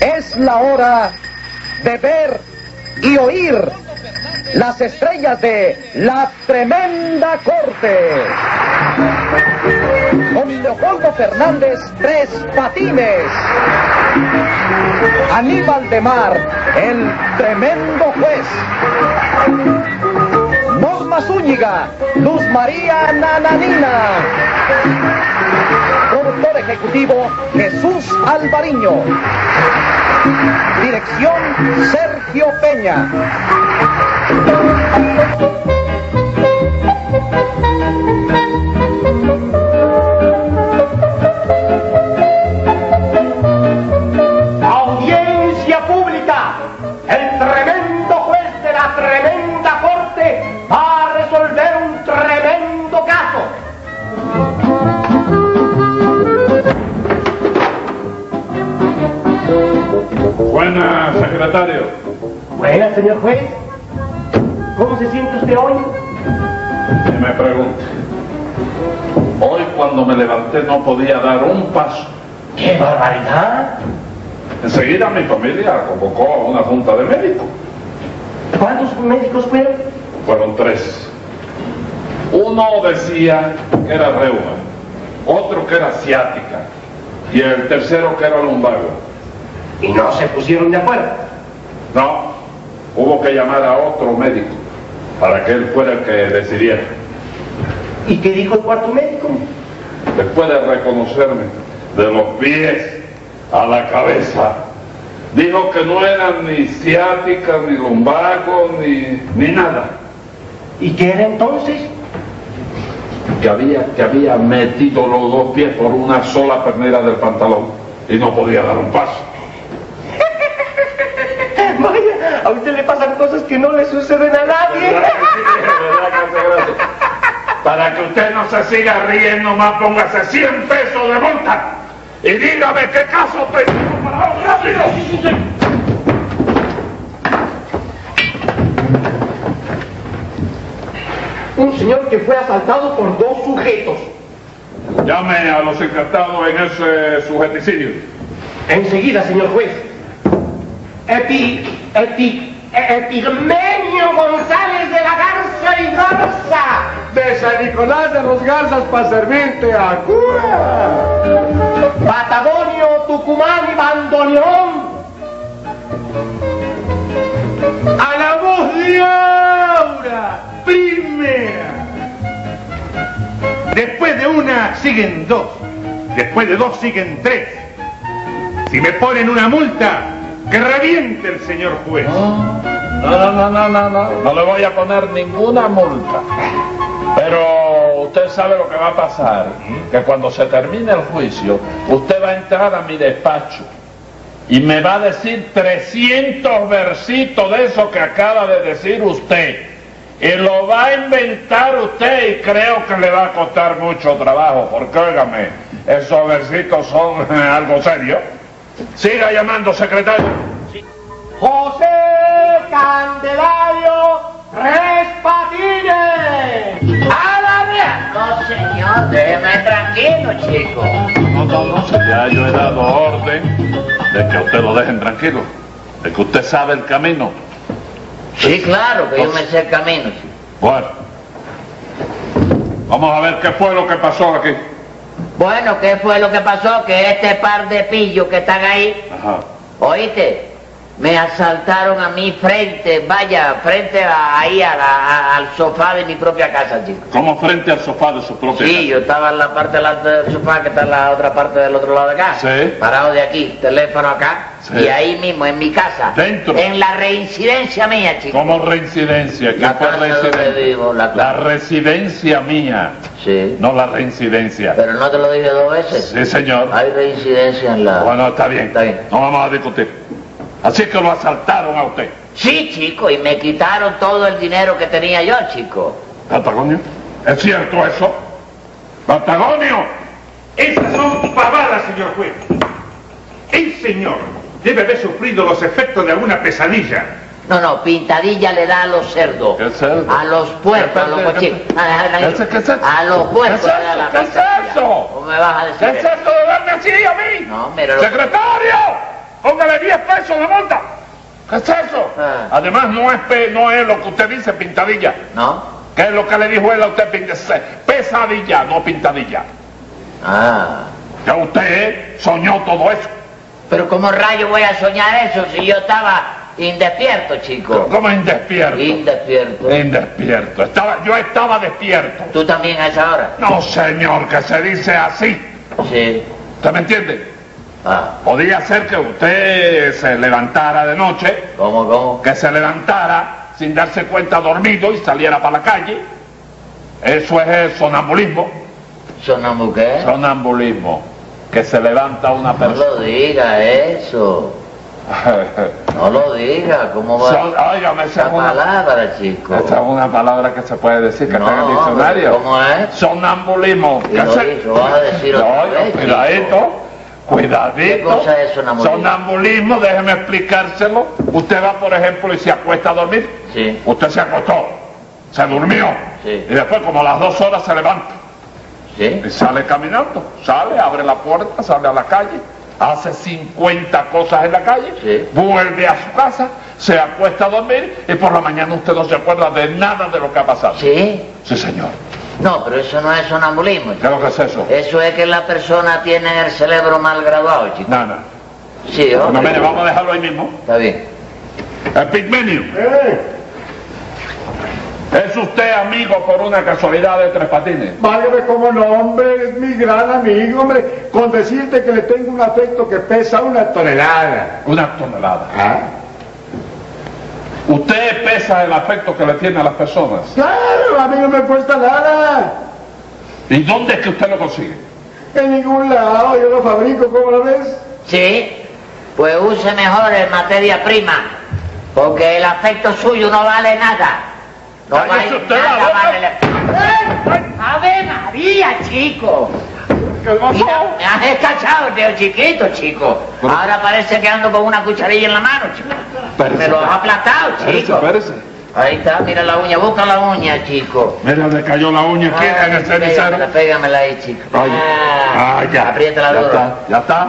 Es la hora de ver y oír las estrellas de la tremenda corte. Con Leopoldo Fernández, tres patines. Aníbal de Mar, el tremendo juez. Norma Zúñiga, Luz María Nananina productor ejecutivo Jesús Alvariño. Dirección Sergio Peña. Audiencia pública. El tremendo juez de la tremenda corte va a resolver un tremendo caso. Buenas, secretario. Buenas, señor juez. ¿Cómo se siente usted hoy? Y me pregunto. Hoy cuando me levanté no podía dar un paso. ¡Qué barbaridad! Enseguida mi familia convocó a una junta de médicos. ¿Cuántos médicos fueron? Fueron tres. Uno decía que era reuma, otro que era ciática y el tercero que era lumbago. Y no se pusieron de acuerdo. No, hubo que llamar a otro médico para que él fuera el que decidiera. ¿Y qué dijo el cuarto médico? Después de reconocerme de los pies a la cabeza, dijo que no eran ni ciática, ni lumbago, ni, ni nada. ¿Y qué era entonces? Que había, que había metido los dos pies por una sola pernera del pantalón y no podía dar un paso. Vaya, a usted le pasan cosas que no le suceden a nadie. ¿Verdad que sí? ¿Verdad que hace gracia? Para que usted no se siga riendo más, póngase 100 pesos de multa y dígame qué caso tengo para hoy. ¡Rápido! Un señor que fue asaltado por dos sujetos. Llame a los encartados en ese sujeticidio. Enseguida, señor juez. Epi, epi, Epigmenio González de la Garza y Garza. de San Nicolás de los Garzas para servirte a cura. Patagonio, Tucumán y Bandoneón. A la voz de Aura, primera. Después de una siguen dos, después de dos siguen tres. Si me ponen una multa, que reviente el señor juez. No, no, no, no, no, no. No le voy a poner ninguna multa. Pero usted sabe lo que va a pasar, ¿eh? que cuando se termine el juicio, usted va a entrar a mi despacho y me va a decir 300 versitos de eso que acaba de decir usted. Y lo va a inventar usted y creo que le va a costar mucho trabajo, porque óigame, esos versitos son algo serio. Siga llamando, secretario. José Candelario Tres Patines. ¡A la red! No, señor, déjeme tranquilo, chico. No, no, no, si ya yo he dado orden de que a usted lo dejen tranquilo, de que usted sabe el camino. Sí, claro, que yo me sé el camino, chico. Bueno, vamos a ver qué fue lo que pasó aquí. Bueno, ¿qué fue lo que pasó? Que este par de pillos que están ahí, Ajá. oíste, me asaltaron a mí frente, vaya, frente a- ahí a la- a- al sofá de mi propia casa, chico. Como frente al sofá de su propia Sí, yo estaba en la parte delante del sofá que está en la otra parte del otro lado de acá. Sí. Parado de aquí, teléfono acá. Sí. Y ahí mismo, en mi casa. Dentro. En la reincidencia mía, chico. Como reincidencia, ¿qué La fue casa donde reincidencia? vivo, la la casa. residencia mía, Sí. no la reincidencia. Pero no te lo dije dos veces. Sí, señor. Hay reincidencia en la... Bueno, está bien. Está bien. No vamos a discutir. Así que lo asaltaron a usted. Sí, chico, y me quitaron todo el dinero que tenía yo, chico. Patagonio, ¿es cierto eso? Patagonio. Esas son pavadas, señor juez. El señor debe haber sufrido los efectos de alguna pesadilla. No, no, pintadilla le da a los cerdos. ¿Qué cerdo? A los puercos, a los cochinos. ¿Qué- Ah, déjame qué- tranquilo. qué es eso? A los puercos ¿Qué es le da la eso? ¿Qué es pintadilla. eso? ¿O me vas a decir ¿Qué es eso? esto de darme así a mí? No, mira lo- ¡Secretario! Póngale 10 pesos de multa. ¿Qué es eso? Ah. Además, no es, pe- no es lo que usted dice pintadilla. ¿No? ¿Qué es lo que le dijo él a usted? Pin- se- Pesadilla, no pintadilla. Ah. Ya usted soñó todo eso. Pero ¿cómo rayo voy a soñar eso si yo estaba indespierto, chico? ¿Cómo Eh. indespierto? Indespierto. Indespierto. Estaba, yo estaba despierto. ¿Tú también a esa hora? No, señor, que se dice así. Sí. ¿Usted me entiende? Ah, Podía ser que usted se levantara de noche, ¿cómo, cómo? que se levantara sin darse cuenta dormido y saliera para la calle. Eso es el sonambulismo. ¿Sonamuqué? Sonambulismo. Que se levanta una No persona. lo diga eso. No lo diga. ¿Cómo va? Son- óigame, esa Esa es una- palabra, chico. Esa es una palabra que se puede decir que está en el No, diccionario. pero ¿cómo es? Sonambulismo. Y lo di- lo vas a decir No, otra no, vez, chico. cuidadito, cuidadito. ¿Qué cosa es sonambulismo? Sonambulismo, déjeme explicárselo. Usted va, por ejemplo, y se acuesta a dormir. Sí. Usted se acostó, se durmió. Sí. Y después, como a las dos horas, se levanta. ¿Sí? Y sale caminando, sale, abre la puerta, sale a la calle, hace 50 cosas en la calle, Sí. vuelve a su casa, se acuesta a dormir y por la mañana usted no se acuerda de nada de lo que ha pasado. ¿Sí? Sí, señor. No, pero eso no es sonambulismo. ¿Qué es lo que es eso? Eso es que la persona tiene el cerebro mal graduado, chico. Nada. Sí, Bueno, hombre. mire, vamos a dejarlo ahí mismo. Está bien. El Big Menu. Eh. Eh, ¿Es usted amigo por una casualidad de tres patines? Válgame como no, hombre, es mi gran amigo, hombre. Con decirte que le tengo un afecto que pesa una tonelada. Una tonelada. ¿Ah? ¿Usted pesa el afecto que le tiene a las personas? Claro, a mí no me cuesta nada. ¿Y dónde es que usted lo consigue? En ningún lado, yo lo fabrico, ¿cómo lo ves? Sí, pues use mejor el materia prima, porque el afecto suyo no vale nada. No Cállese vale usted la nada, boca. vale la- ¡Ave María, chico! Mira, me has escachado tío chiquito, chico. Ahora parece que ando con una cucharilla en la mano, chico. Espérese, Me lo has aplastado, Espérese, chico. espérese. Ahí está, mira la uña, busca la uña, chico. Mira, le cayó la uña aquí en el cenicero. pégamela, pégamela ahí, chico. Ay, Ah, ah, ya. Apriétala ya duro. está, ya está.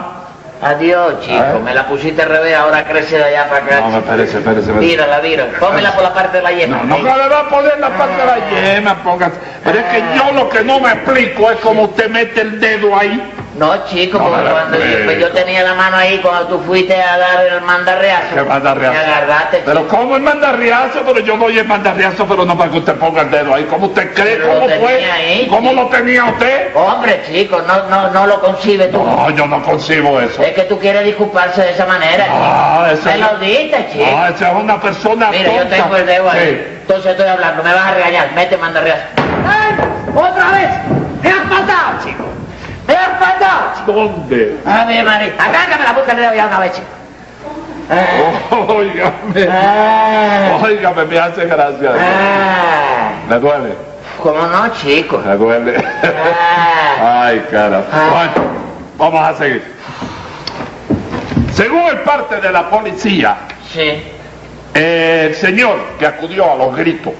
Adiós, chico. Ah. Me la pusiste al revés, ahora crece de allá para acá. No, no, espérese, espérese, espérese. Vírala, vírala. Póngela por la parte de la yema. No, no Ahí. le va a poner la parte de la yema, póngase. Pero es que yo lo que no me explico es cómo usted mete el dedo ahí. No, chico, No, porque no, cuando no, yo, no. pues yo tenía la mano ahí cuando tú fuiste a dar el mandarreazo. Que mandarriazo. Me agarraste. Pero cómo el mandarriazo, pero yo doy el mandarriazo, pero no para que usted ponga el dedo ahí. ¿Cómo usted cree? Pero ¿Cómo lo fue? tenía ahí, ¿Cómo chico. lo tenía usted? Hombre, chico, no, no, no lo concibes tú. No, yo no concibo eso. Es que tú quieres disculparse de esa manera. Ah, chico. eso Me es- lo diste, chico. Ah, esa es una persona Mira, yo tonta. tengo el dedo ahí. Sí. Entonces estoy hablando, me vas a regañar, mete mandarreazo. ¡Otra vez! ¡Me has matado, chico! ¡Me has matado, chico! ¿Dónde? A ver, María, agárrame la boca, le doy ya una vez, chico. Ah, Oh, Óigame, ah, óigame, me hace gracia. ah. ¿Le duele? ¿Cómo no, chico? Me duele. Ah, Ay, cara. Ah. Bueno, vamos a seguir. Según el parte de la policía, sí, eh, el señor que acudió a los gritos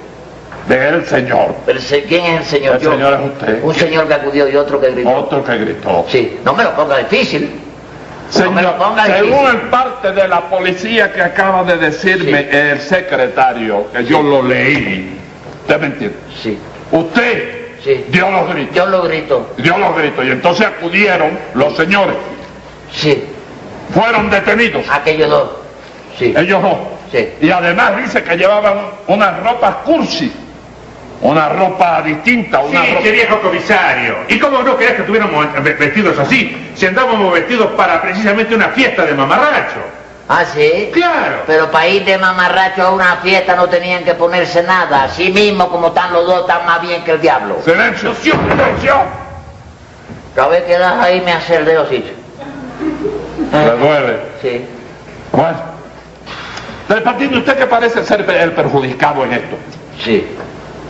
de el señor, pero sé- ¿quién es el señor? el Yo. señor es usted, Un señor que acudió y otro que gritó. otro que gritó. Sí, no me lo ponga difícil. No me Señor, lo ponga según difícil. el parte de la policía que acaba de decirme Sí. el secretario, que yo lo leí, usted me entiende, Sí, usted sí. dio los gritos. Yo lo grito. dio los gritos y entonces acudieron los señores. Sí, Fueron detenidos, aquellos dos. Ah, Sí, ellos no. sí. Y además dice que llevaban unas ropas cursi, una ropa distinta, Sí, una ropa... qué viejo comisario. ¿Y cómo no querés que estuviéramos ve- vestidos así? Si andábamos vestidos para precisamente una fiesta de mamarracho. Ah, sí. Claro. Pero para ir de mamarracho a una fiesta no tenían que ponerse nada. Así mismo, como están los dos, están más bien que el diablo. Silencio, silencio. Cada vez que das ahí me hace el dedo así. Le duele. Sí. Bueno. Del partido, usted que parece ser el perjudicado en esto. Sí,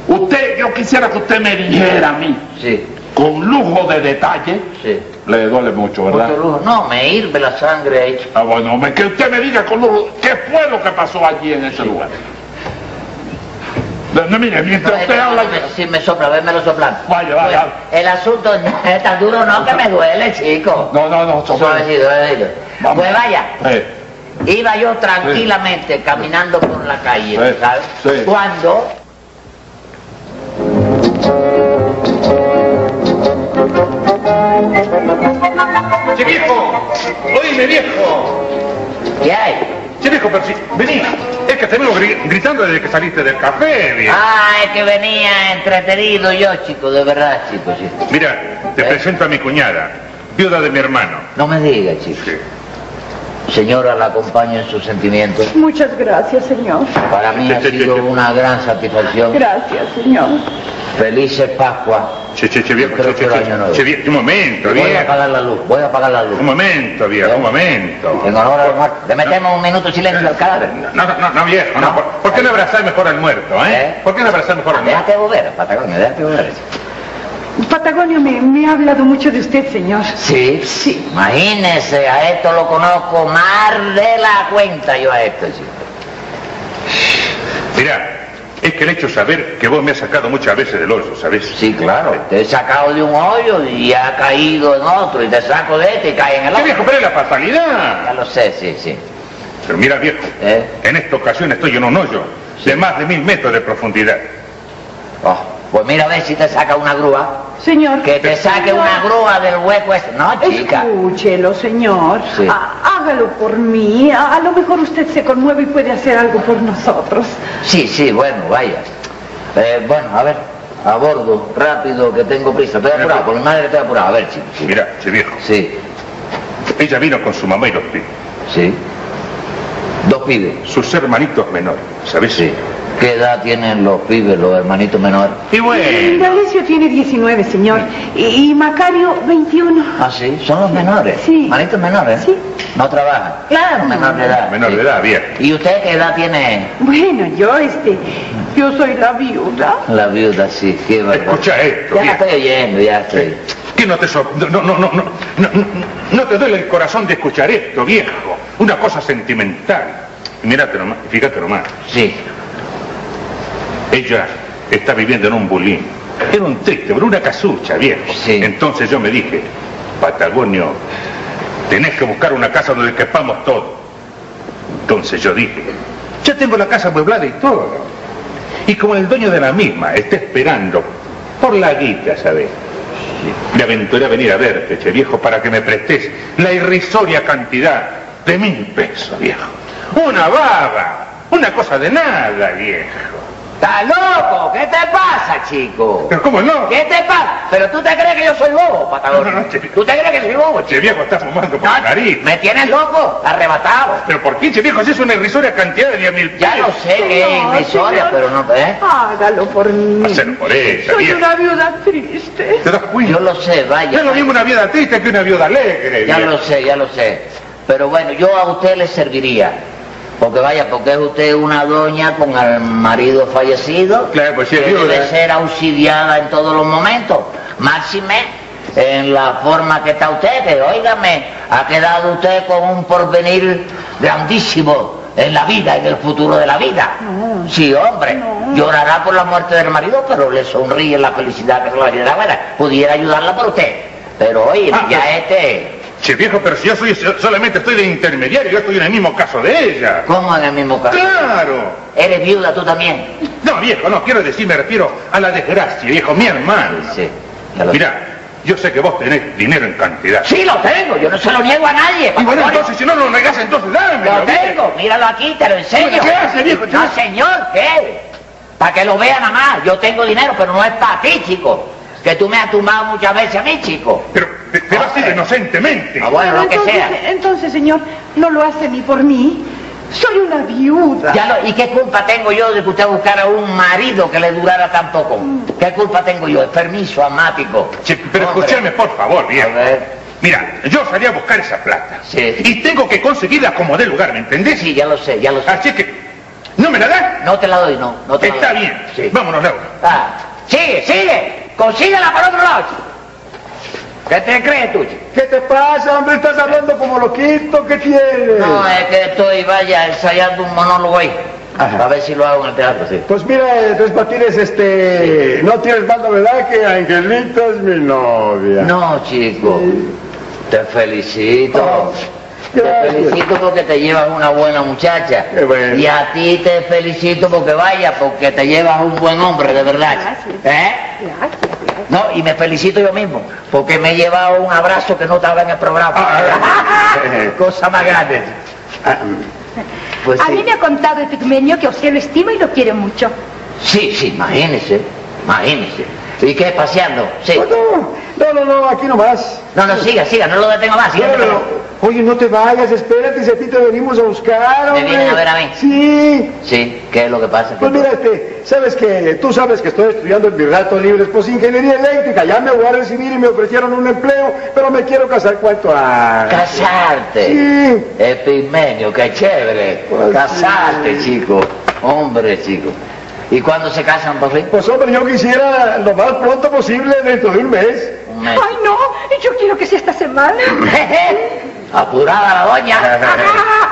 Usted, yo quisiera que usted me dijera a mí, sí, con lujo de detalle, sí. le duele mucho, ¿verdad? Mucho lujo. No, me hirve la sangre eh. ahí. Ah, bueno, me- que usted me diga con lujo qué fue lo que pasó allí en ese lugar. No, mire, mientras usted habla... eh, Si me sopla, vémelo soplar. Vaya, vaya. El asunto no es tan duro, no, que me duele, chico. No, no, no, sople. Suavecito, suavecito. Vamos. Pues vaya, Eh, iba yo tranquilamente caminando por la calle, Sí. ¿sabes? Sí. Cuando Che viejo, oíme viejo. ¿Qué hay? Che viejo, pero si, vení. Es que te vengo gri- gritando desde que saliste del café, viejo. Ah, es que venía entretenido yo, chico, de verdad, chico, sí. Mira, te ¿Eh? presento a mi cuñada, viuda de mi hermano. No me diga, chico. Sí. Señora, la acompaño en sus sentimientos. Muchas gracias, señor. Para mí ha Sí, sí, sido sí, sí. una gran satisfacción. Gracias, señor. Felices Pascua. Che, che, che, viejo, che, Creo que che, era año che, nuevo. che, viejo, un momento, Voy a viejo. apagar la luz, voy a apagar la luz. Un momento, viejo, un momento. En honor al muerto. Le metemos un minuto de silencio al cadáver. No, no, no, no, viejo, no. ¿Por, por qué no abrazar mejor al muerto, eh? ¿Eh? ¿Por qué no abrazar mejor al muerto? Déjate volver, Patagonia, déjate volver. Patagonio me, me ha hablado mucho de usted, señor. Sí, sí. Imagínese, a esto lo conozco más de la cuenta yo a esto, chico. Mirá, es que le he hecho saber que vos me has sacado muchas veces del hoyo, ¿sabés? Sí, claro. Te he sacado de un hoyo y ha caído en otro, y te saco de este y cae en el Che, otro. viejo, pero es la fatalidad. Ya lo sé, sí, sí. Pero mira, viejo, ¿Eh? en esta ocasión estoy en un hoyo de más de mil metros de profundidad. Oh, pues mira a ver si te saca una grúa. Señor. Que te saque una grúa del hueco ese. No, chica. Escúchelo, señor. Sí. Ah, hágalo por mí. Ah, A, a lo mejor usted se conmueve y puede hacer algo por nosotros. Sí, sí, bueno, vaya. Eh, bueno, a ver, a bordo, rápido, que tengo prisa. Estoy apurado, por mi madre estoy apurado. A ver, chico. Mirá, che, viejo, Sí, ella vino con su mamá y los pibes, sí. Dos pibes. sus hermanitos menores, ¿sabés? Sí. ¿Qué edad tienen los pibes, los hermanitos menores? Y bueno, Indalecio tiene 19, señor. Y, y Macario, 21. Ah, sí, son los menores. Sí. Hermanitos menores. ¿eh? Sí. No trabajan. Claro. Menor de edad. menor sí. de edad, viejo. ¿Y usted qué edad tiene Bueno, yo, este, yo soy la viuda. la viuda? Sí, qué barbaridad. Escucha esto, Ya la mira. estoy oyendo, ya estoy. Que no te sor- no, no, no, no, no, no, no, no te duele el corazón de escuchar esto, viejo. Una cosa sentimental. Y Mírate nomás, y fíjate nomás. Sí. Ella está viviendo en un bulín. Era un triste, pero una casucha, viejo. Sí. Entonces yo me dije, Patagonio, tenés que buscar una casa donde quepamos todos. Entonces yo dije, yo tengo la casa pueblada y todo. Y como el dueño de la misma está esperando por la guita, ¿sabes? Me aventuré a venir a verte, che viejo, para que me prestes la irrisoria cantidad de mil pesos, viejo. Una baba, una cosa de nada, viejo. ¡Está loco! ¿Qué te pasa, chico? Pero ¿cómo no? ¿Qué te pasa? este ¿Pero tú te crees que yo soy bobo, Patagonia? No, no, no, chico. ¿Tú te crees que soy bobo, chico? Che viejo está fumando por No, la nariz. ¿Me tienes loco? Arrebatado. Pero por qué, che viejo, si es una irrisoria cantidad de 10 mil pesos. Ya lo sé que es No, irrisoria, señor. pero no... ¿eh? Hágalo por mí. Hacer por ella, Soy viejo. una viuda triste. ¿Te das cuenta? Yo lo sé, No vaya. es lo mismo una viuda triste que una viuda alegre, Ya viejo. lo sé, ya lo sé. Pero bueno, yo a usted le serviría. Porque vaya, porque es usted una doña con el marido fallecido. Claro, pues sí, que viuda. debe ser auxiliada en todos los momentos. Máxime, en la forma que está usted, que óigame, ha quedado usted con un porvenir grandísimo en la vida, en el futuro de la vida. Sí, hombre, llorará por la muerte del marido, pero le sonríe la felicidad que se la vida Bueno, pudiera ayudarla por usted. Pero oye, Ah, ya pues- este... Che viejo, pero si yo soy, solamente estoy de intermediario, yo estoy en el mismo caso de ella. ¿Cómo en el mismo caso? ¡Claro! ¿Eres viuda tú también? No, viejo, no quiero decir, me refiero a la desgracia, viejo, mi hermano. Sí. ya lo- Mirá, yo sé que vos tenés dinero en cantidad. Sí, lo tengo, yo no se lo niego a nadie. Y bueno, Patagonia. entonces, si no lo negás, entonces dámelo. Lo viejo. tengo, míralo aquí, te lo enseño. ¿Qué hace, viejo? No, señor, ¿qué? Para que lo vean a más. Yo tengo dinero, pero no es para ti, chico. Que tú me has tumbado muchas veces a mí, chico. Pero, pero así de inocentemente. Ah, bueno, Pero lo que entonces, sea. entonces, señor, no lo hace ni por mí. Soy una viuda. Ya lo- ¿Y qué culpa tengo yo de que usted buscara un marido que le durara tan poco? ¿Qué culpa tengo yo? Permiso, amático. Che, pero Hombre. escúchame, por favor, A viejo. ver. Mira, yo salí a buscar esa plata. Sí. Y tengo que conseguirla como dé lugar, ¿me entendés? Sí, ya lo sé, ya lo sé. Así que, ¿no me la das? No te la doy, no. no te la Ah, Está doy. bien. Sí. Vámonos, Laura. Ah, sigue, sigue. Consíguela por otro lado. chico. ¿Qué te crees tú? chico? ¿Qué te pasa, hombre? Estás hablando como loquito, ¿qué tienes? eh. No, es que estoy, vaya, ensayando un monólogo ahí. A ver si lo hago en el teatro, sí. Pues mira, eh, Tres Patines, este... No tienes más novedad que Angelita es mi novia. No, chico. Te felicito. Oh, Te gracias. felicito porque te llevas una buena muchacha. Qué bueno. Y a ti te felicito porque vaya, porque te llevas un buen hombre, de verdad. Gracias. ¿Eh? Gracias, gracias. No, y me felicito yo mismo, porque me he llevado un abrazo que no estaba en el programa. Ah, Cosa más grande. Pues mm. A sí. mí me ha contado Epigmenio que a usted lo estima y lo quiere mucho. Eh. Sí, sí, imagínese, imagínese. ¿Y qué? Paseando, sí. Pues no, no, no, no, aquí nomás. No, no, siga, siga, no lo detengo más. siga, No, no, no. siga. Oye, no te vayas, espérate, si a ti te venimos a buscar, ¿Me hombre. vienen a ver a mí? Sí. Sí, ¿qué es lo que pasa? Pues mira, este, sabes que tú sabes que estoy estudiando en mi rato libre, pues ingeniería eléctrica, ya me voy a recibir y me ofrecieron un empleo, pero me quiero casar cuanto a... Casarte. Sí. Epigmenio, qué chévere. Pues Casarte, chico. Hombre, chico. ¿Y cuándo se casan por fin? Pues hombre, yo quisiera lo más pronto posible, dentro de un mes. Un mes. Ay, no, yo quiero que sea esta semana. Eh. Apurada la doña. Ah,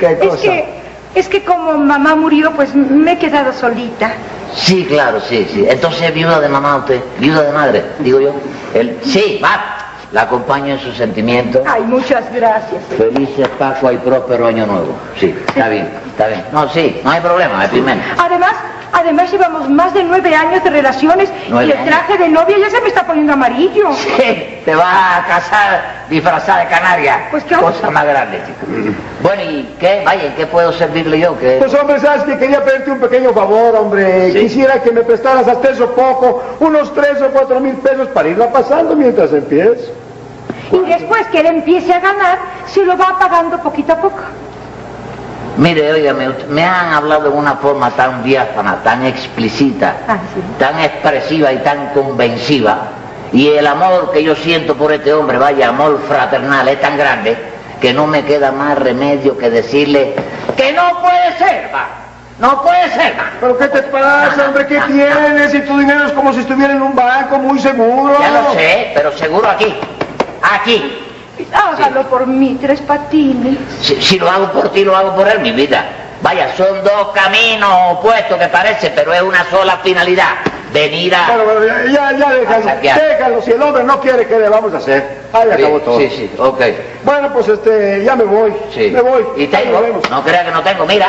¿Qué Es que, es que como mamá murió, pues me he quedado solita. Sí, claro, sí, sí. Entonces, viuda de mamá usted, viuda de madre, digo yo. El... Sí, va. La acompaño en sus sentimientos. Ay, muchas gracias. Felices Pascua y próspero año nuevo. Sí, está bien, está bien. No, sí, no hay problema, Epigmenio. Además, además llevamos más de nueve años de relaciones Nueve y el años. traje de novia ya se me está poniendo amarillo. Sí, te vas a casar disfrazada de canaria. Pues, ¿qué hago? Cosa más grande, chico. Bueno, ¿y qué? Vaya, ¿en qué puedo servirle yo? ¿Qué? Pues hombre, sabes que quería pedirte un pequeño favor, hombre. Sí. Quisiera que me prestaras hasta eso poco, unos tres o cuatro mil pesos para irla pasando mientras empiezo. Y después que él empiece a ganar, se lo va pagando poquito a poco. Mire, óigame, usted- me han hablado de una forma tan diáfana, tan explícita, Ah, sí. tan expresiva y tan convenciva. Y el amor que yo siento por este hombre, vaya, amor fraternal, es tan grande que no me queda más remedio que decirle que no puede ser, va. No puede ser, va. ¿Pero qué te pasa, hombre? ¿Qué tienes? Y tu dinero es como si estuviera en un banco muy seguro. Ya lo sé, pero seguro aquí. Aquí. Hágalo por mí, tres patines. Si, si lo hago por ti, lo hago por él, mi vida. Vaya, son dos caminos opuestos que parece, pero es una sola finalidad. Venir a... Bueno, bueno, ya, ya, ya déjalo. Ah, ya. Déjalo. Si el hombre no quiere, ¿qué le vamos a hacer? Ahí acabó todo. Sí, sí, ok. Bueno, pues este, ya me voy. Sí. Me voy. Y Nos tengo, vemos. no crea que no tengo, mira.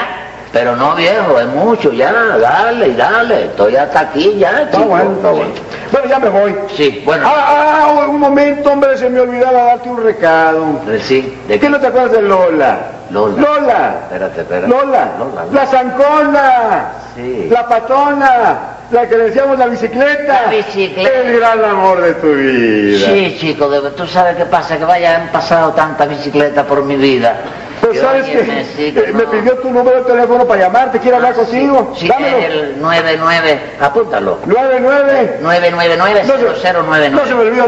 Pero no, viejo, es mucho, ya, dale, dale. Estoy hasta aquí, ya, Está chico. bueno, está Sí. bueno. Bueno, ya me voy. Sí, bueno, Ah, ah, un momento, hombre, se me olvidaba darte un recado. Eh, sí, de ¿Qué no te acuerdas de Lola? Lola. Lola. Espérate, espérate. Lola. Lola, La zancona. Sí. La patona. La que le decíamos la bicicleta. La bicicleta. El gran amor de tu vida. Sí, chico, de- tú sabes qué pasa, que vaya, han pasado tantas bicicletas por mi vida. Pues Que, sabes oye, que me- sí, eh, que me no. Ah, pidió tu número de teléfono para llamarte, quiero hablar contigo. Sí, Dámelo. es el 99, apúntalo. 99. 999 No se me 0099. olvidó,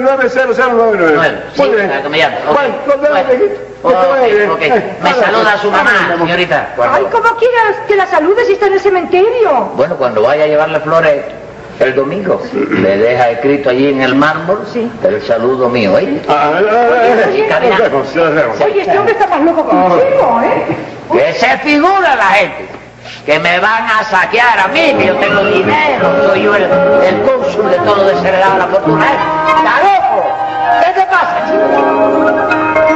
999 Sí, Muy bien. para que me llame. Ok. Bueno, nos vemos, Bueno. viejito. Que te vaya Ok, bien. ok. Eh, Me ándale, saluda su ándale, mamá, mi amor. señorita. Ay, Cuando- como quieras que la saludes y está en el cementerio. Bueno, cuando vaya a llevarle flores el domingo, le deja escrito allí en el mármol Sí. el saludo mío, ¿oíste? Ah, ah, ah, Oye, ah, oye. nos vemos, nos vemos. Oye, este hombre está más loco que un chivo, ¿eh? Que se figura la gente que me van a saquear a mí, que yo tengo dinero, soy yo el, el cónsul de todo desheredado de la fortuna. ¡Está loco! ¿Qué te pasa, chico?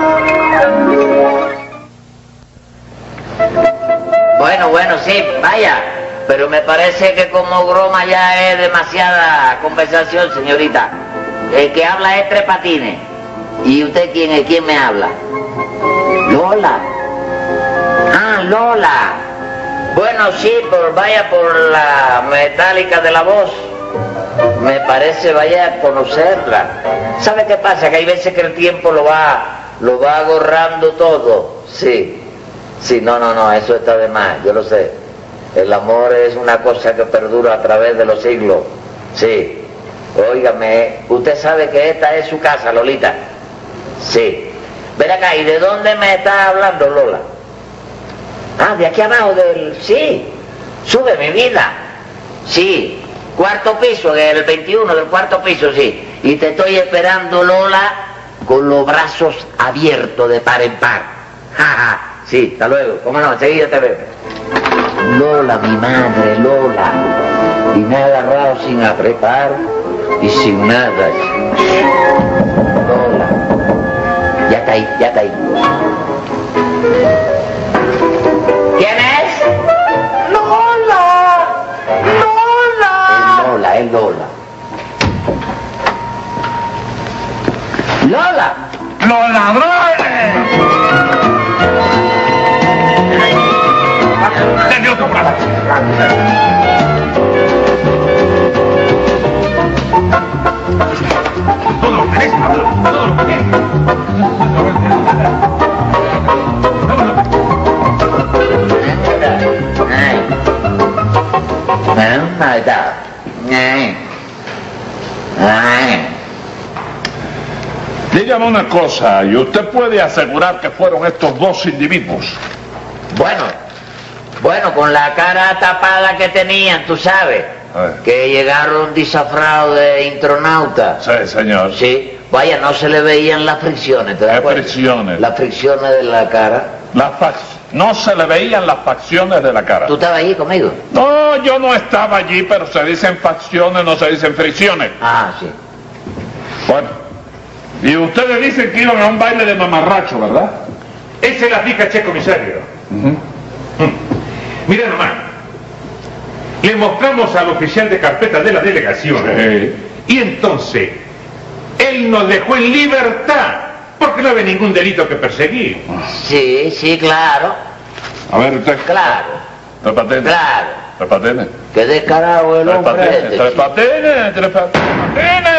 Bueno, bueno, sí, vaya. Pero me parece que como broma ya es demasiada conversación, señorita. El que habla es tres patines. ¿Y usted quién es? ¿Quién me habla? Lola. Ah, Lola. Bueno, sí, por vaya por la metálica de la voz. Me parece vaya a conocerla. ¿Sabe qué pasa? Que hay veces que el tiempo lo va, lo va agorrando todo. Sí. Sí, no, no, no, eso está de más, yo lo sé. El amor es una cosa que perdura a través de los siglos. Sí. Óigame, usted sabe que esta es su casa, Lolita. Sí. Ven acá, ¿y de dónde me está hablando, Lola? Ah, de aquí abajo del... Sí, sube mi vida. Sí, cuarto piso, del 21 del cuarto piso, sí. Y te estoy esperando, Lola, con los brazos abiertos de par en par. Ja, ja. Sí, hasta luego. ¿Cómo no? Enseguida te veo. Lola, mi madre, Lola. Y me ha agarrado sin apretar y sin nada. Lola. Ya caí, ya caí. ¿Quién es? ¡Lola! ¡Lola! Es Lola, es Lola. Lola. ¡Los ladrones! Deme otro brazo. Todo lo que tenés, Pablo, todo lo que tenés. Ay. Bueno, ahí está. Ay. Ay. Dígame una cosa, ¿y usted puede asegurar que fueron estos dos individuos? Bueno, bueno, con la cara tapada que tenían, tú sabes, Ay. que llegaron disafrados de intronauta. Sí, señor. Sí, vaya, no se le veían las fricciones, ¿te das Las cuenta? fricciones. Las fricciones de la cara. Las fac- No se le veían las facciones de la cara. ¿Tú estabas ahí conmigo? No, yo no estaba allí, pero se dicen facciones, no se dicen fricciones. Ah, sí. Bueno, y ustedes dicen que iban a un baile de mamarracho, ¿verdad? Ese las dije, che comisario. Mira Mm. nomás. Le mostramos al oficial de carpeta de la delegación. Sí. Y entonces, él nos dejó en libertad. Porque no había ningún delito que perseguir. Sí, sí, claro, A ver, usted. claro, Tres patines. claro. Tres patines. Qué descarado el Tres hombre patines. este, Tres chico. patines. Tres patines.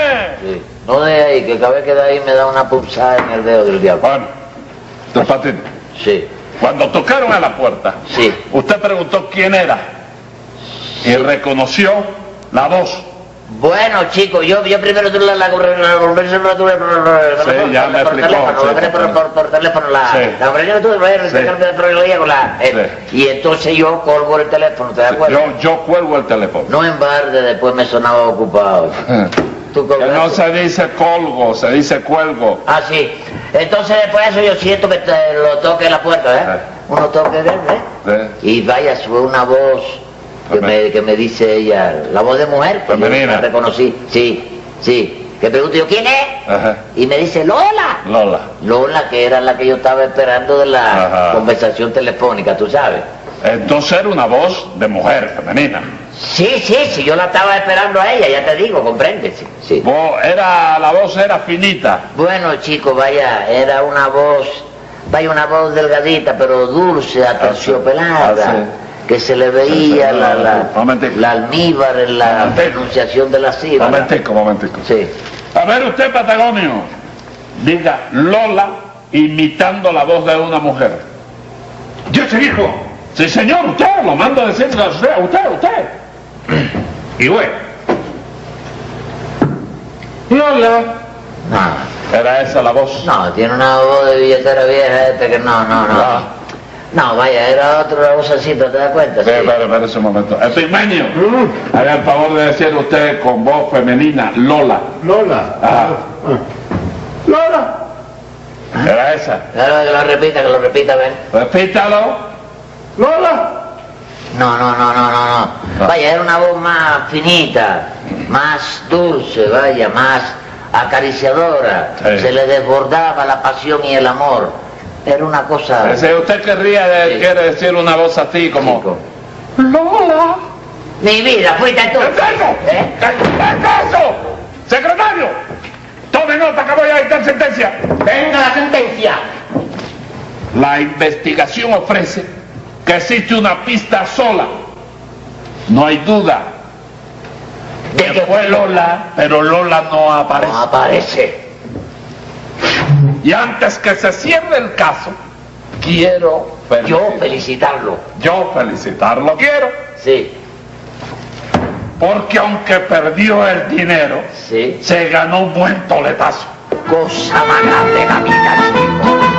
Sí. No de ahí, que cada vez que de ahí me da una punzada en el dedo del diablo. Bueno, tres patines. Sí, Cuando tocaron a la puerta, sí. usted preguntó quién era y reconoció la voz. Bueno, chicos, yo, yo primero tuve la, la, la conversación la tuve por, por, ya me por explicó, teléfono, sí, la tuve por, claro. por, por teléfono, la, Sí. la conversación la tuve por Sí. el con la... eh, Y entonces yo colgo el teléfono, ¿te das cuenta? Yo, yo cuelgo el teléfono. No en barde, después me sonaba ocupado. ¿Tú Que no colgaste? se dice colgo, se dice cuelgo. Ah, sí. Entonces después de eso yo siento que te- lo toque en la puerta, ¿eh? Sí. Uno toque de ¿eh? ¿eh? Y vaya, fue una voz que me, que me dice ella, la voz de mujer, que yo Femenina. la reconocí, sí, sí. Que pregunto yo, ¿quién es? Ajá. Y me dice, Lola. Lola. Lola, que era la que yo estaba esperando de la Ajá. conversación telefónica, tú sabes. Entonces era una voz de mujer femenina. Sí, sí, sí, yo la estaba esperando a ella, ya te digo, comprendes, sí, sí. Vo- Era, la voz era finita. Bueno, chico, vaya, era una voz, vaya una voz delgadita, pero dulce, aterciopelada, Ah, que se le Sí, veía sí, la, no, la, no, momentico. la almíbar en la Momentico. pronunciación de la sílaba. Momentico, momentico. Sí. A ver usted, Patagonio, diga Lola imitando la voz de una mujer. Yo se dijo. Sí, señor, usted, lo mando a decirle a usted, a usted, a usted. Y bueno. Lola. No, Era esa la voz. no, tiene una voz de billetera vieja este que no, no, Ah. no. No, vaya, era otra vocecita, ¿te das cuenta? Espera, Sí. espera, espera un momento. Epimenio, haga el favor de decir usted con voz femenina, Lola. Lola. Ah, Lola. era esa. Claro, que lo repita, que lo repita, ven. Repítalo. Lola. No, no, no, no, no, no. Ah. Vaya, era una voz más finita, más dulce, vaya, más acariciadora. Sí. Se le desbordaba la pasión y el amor. Era una cosa... Si usted querría de- Ah. Sí. quiere decir una voz así como... chico. Lola. Mi vida, fuiste tú. ¿Qué es eso? ¿Eh? ¿Qué es eso? Secretario, tome nota que voy a dictar sentencia. Venga la sentencia. La investigación ofrece que existe una pista sola. No hay duda De que que Ah. fue Lola, pero Lola no aparece. no aparece. Y antes que se cierre el caso, quiero Yo felicitar- felicitarlo. yo felicitarlo quiero, Sí, porque aunque perdió el dinero, sí. se ganó un buen toletazo. Cosa más grande en la vida, chico.